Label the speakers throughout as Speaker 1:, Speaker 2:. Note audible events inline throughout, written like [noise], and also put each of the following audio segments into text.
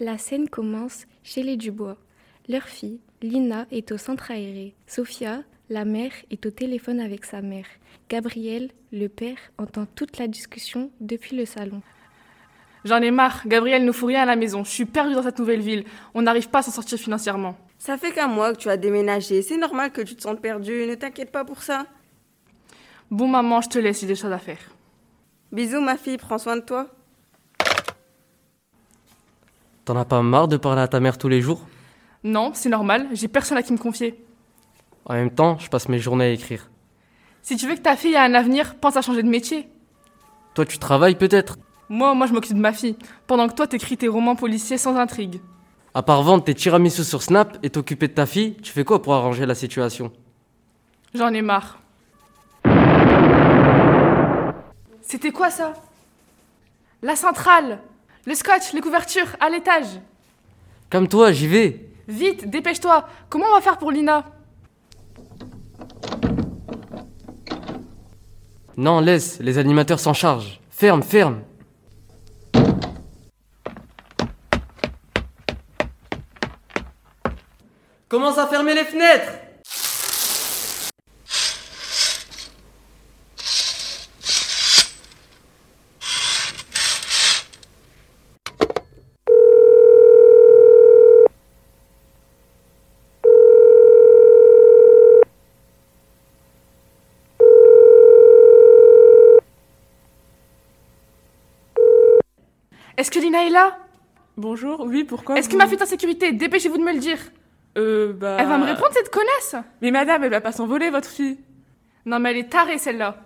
Speaker 1: La scène commence chez les Dubois. Leur fille, Lina, est au centre aéré. Sophia, la mère, est au téléphone avec sa mère. Gabriel, le père, entend toute la discussion depuis le salon.
Speaker 2: J'en ai marre, Gabriel nous fout rien à la maison, je suis perdue dans cette nouvelle ville, on n'arrive pas à s'en sortir financièrement.
Speaker 3: Ça fait qu'un mois que tu as déménagé, c'est normal que tu te sentes perdue, ne t'inquiète pas pour ça.
Speaker 2: Bon maman, je te laisse, j'ai des choses à faire.
Speaker 3: Bisous ma fille, prends soin de toi.
Speaker 4: T'en as pas marre de parler à ta mère tous les jours
Speaker 2: Non, c'est normal, j'ai personne à qui me confier.
Speaker 4: En même temps, je passe mes journées à écrire.
Speaker 2: Si tu veux que ta fille ait un avenir, pense à changer de métier.
Speaker 4: Toi, tu travailles peut-être
Speaker 2: Moi, moi je m'occupe de ma fille, pendant que toi t'écris tes romans policiers sans intrigue.
Speaker 4: À part vendre tes tiramisu sur Snap et t'occuper de ta fille, tu fais quoi pour arranger la situation
Speaker 2: J'en ai marre. C'était quoi ça La centrale Le scotch, les couvertures, à l'étage
Speaker 4: Comme toi, j'y vais
Speaker 2: Vite, dépêche-toi Comment on va faire pour Lina
Speaker 4: Non, laisse, les animateurs s'en chargent. Ferme, ferme Commence à fermer les fenêtres
Speaker 2: Est-ce que Lina est là
Speaker 5: Bonjour, oui, pourquoi
Speaker 2: Est-ce que
Speaker 5: vous-
Speaker 2: ma fille est en sécurité Dépêchez-vous de me le dire
Speaker 5: Euh, bah...
Speaker 2: Elle va me répondre cette connasse
Speaker 5: Mais madame, elle va pas s'envoler, votre fille.
Speaker 2: Non mais elle est tarée celle-là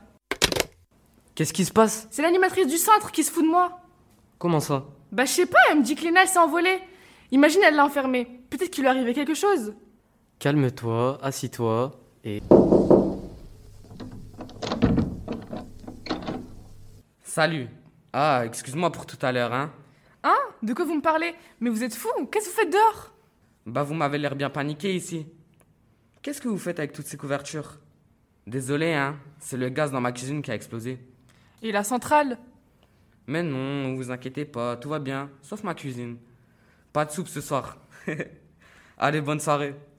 Speaker 4: Qu'est-ce qui se passe
Speaker 2: C'est l'animatrice du centre qui se fout de moi
Speaker 4: Comment ça
Speaker 2: Bah je sais pas, elle me dit que Lina elle s'est envolée Imagine elle l'a enfermée Peut-être qu'il lui arrivait quelque chose
Speaker 4: Calme-toi, assis-toi et.
Speaker 6: Salut. Ah, excuse-moi pour tout à l'heure, hein.
Speaker 2: Hein De quoi vous me parlez Mais vous êtes fous Qu'est-ce que vous faites dehors
Speaker 6: Bah, vous m'avez l'air bien paniqué ici. Qu'est-ce que vous faites avec toutes ces couvertures Désolé, hein. C'est le gaz dans ma cuisine qui a explosé.
Speaker 2: Et la centrale
Speaker 6: Mais non, vous inquiétez pas, tout va bien, sauf ma cuisine. Pas de soupe ce soir. [laughs] Allez, bonne soirée.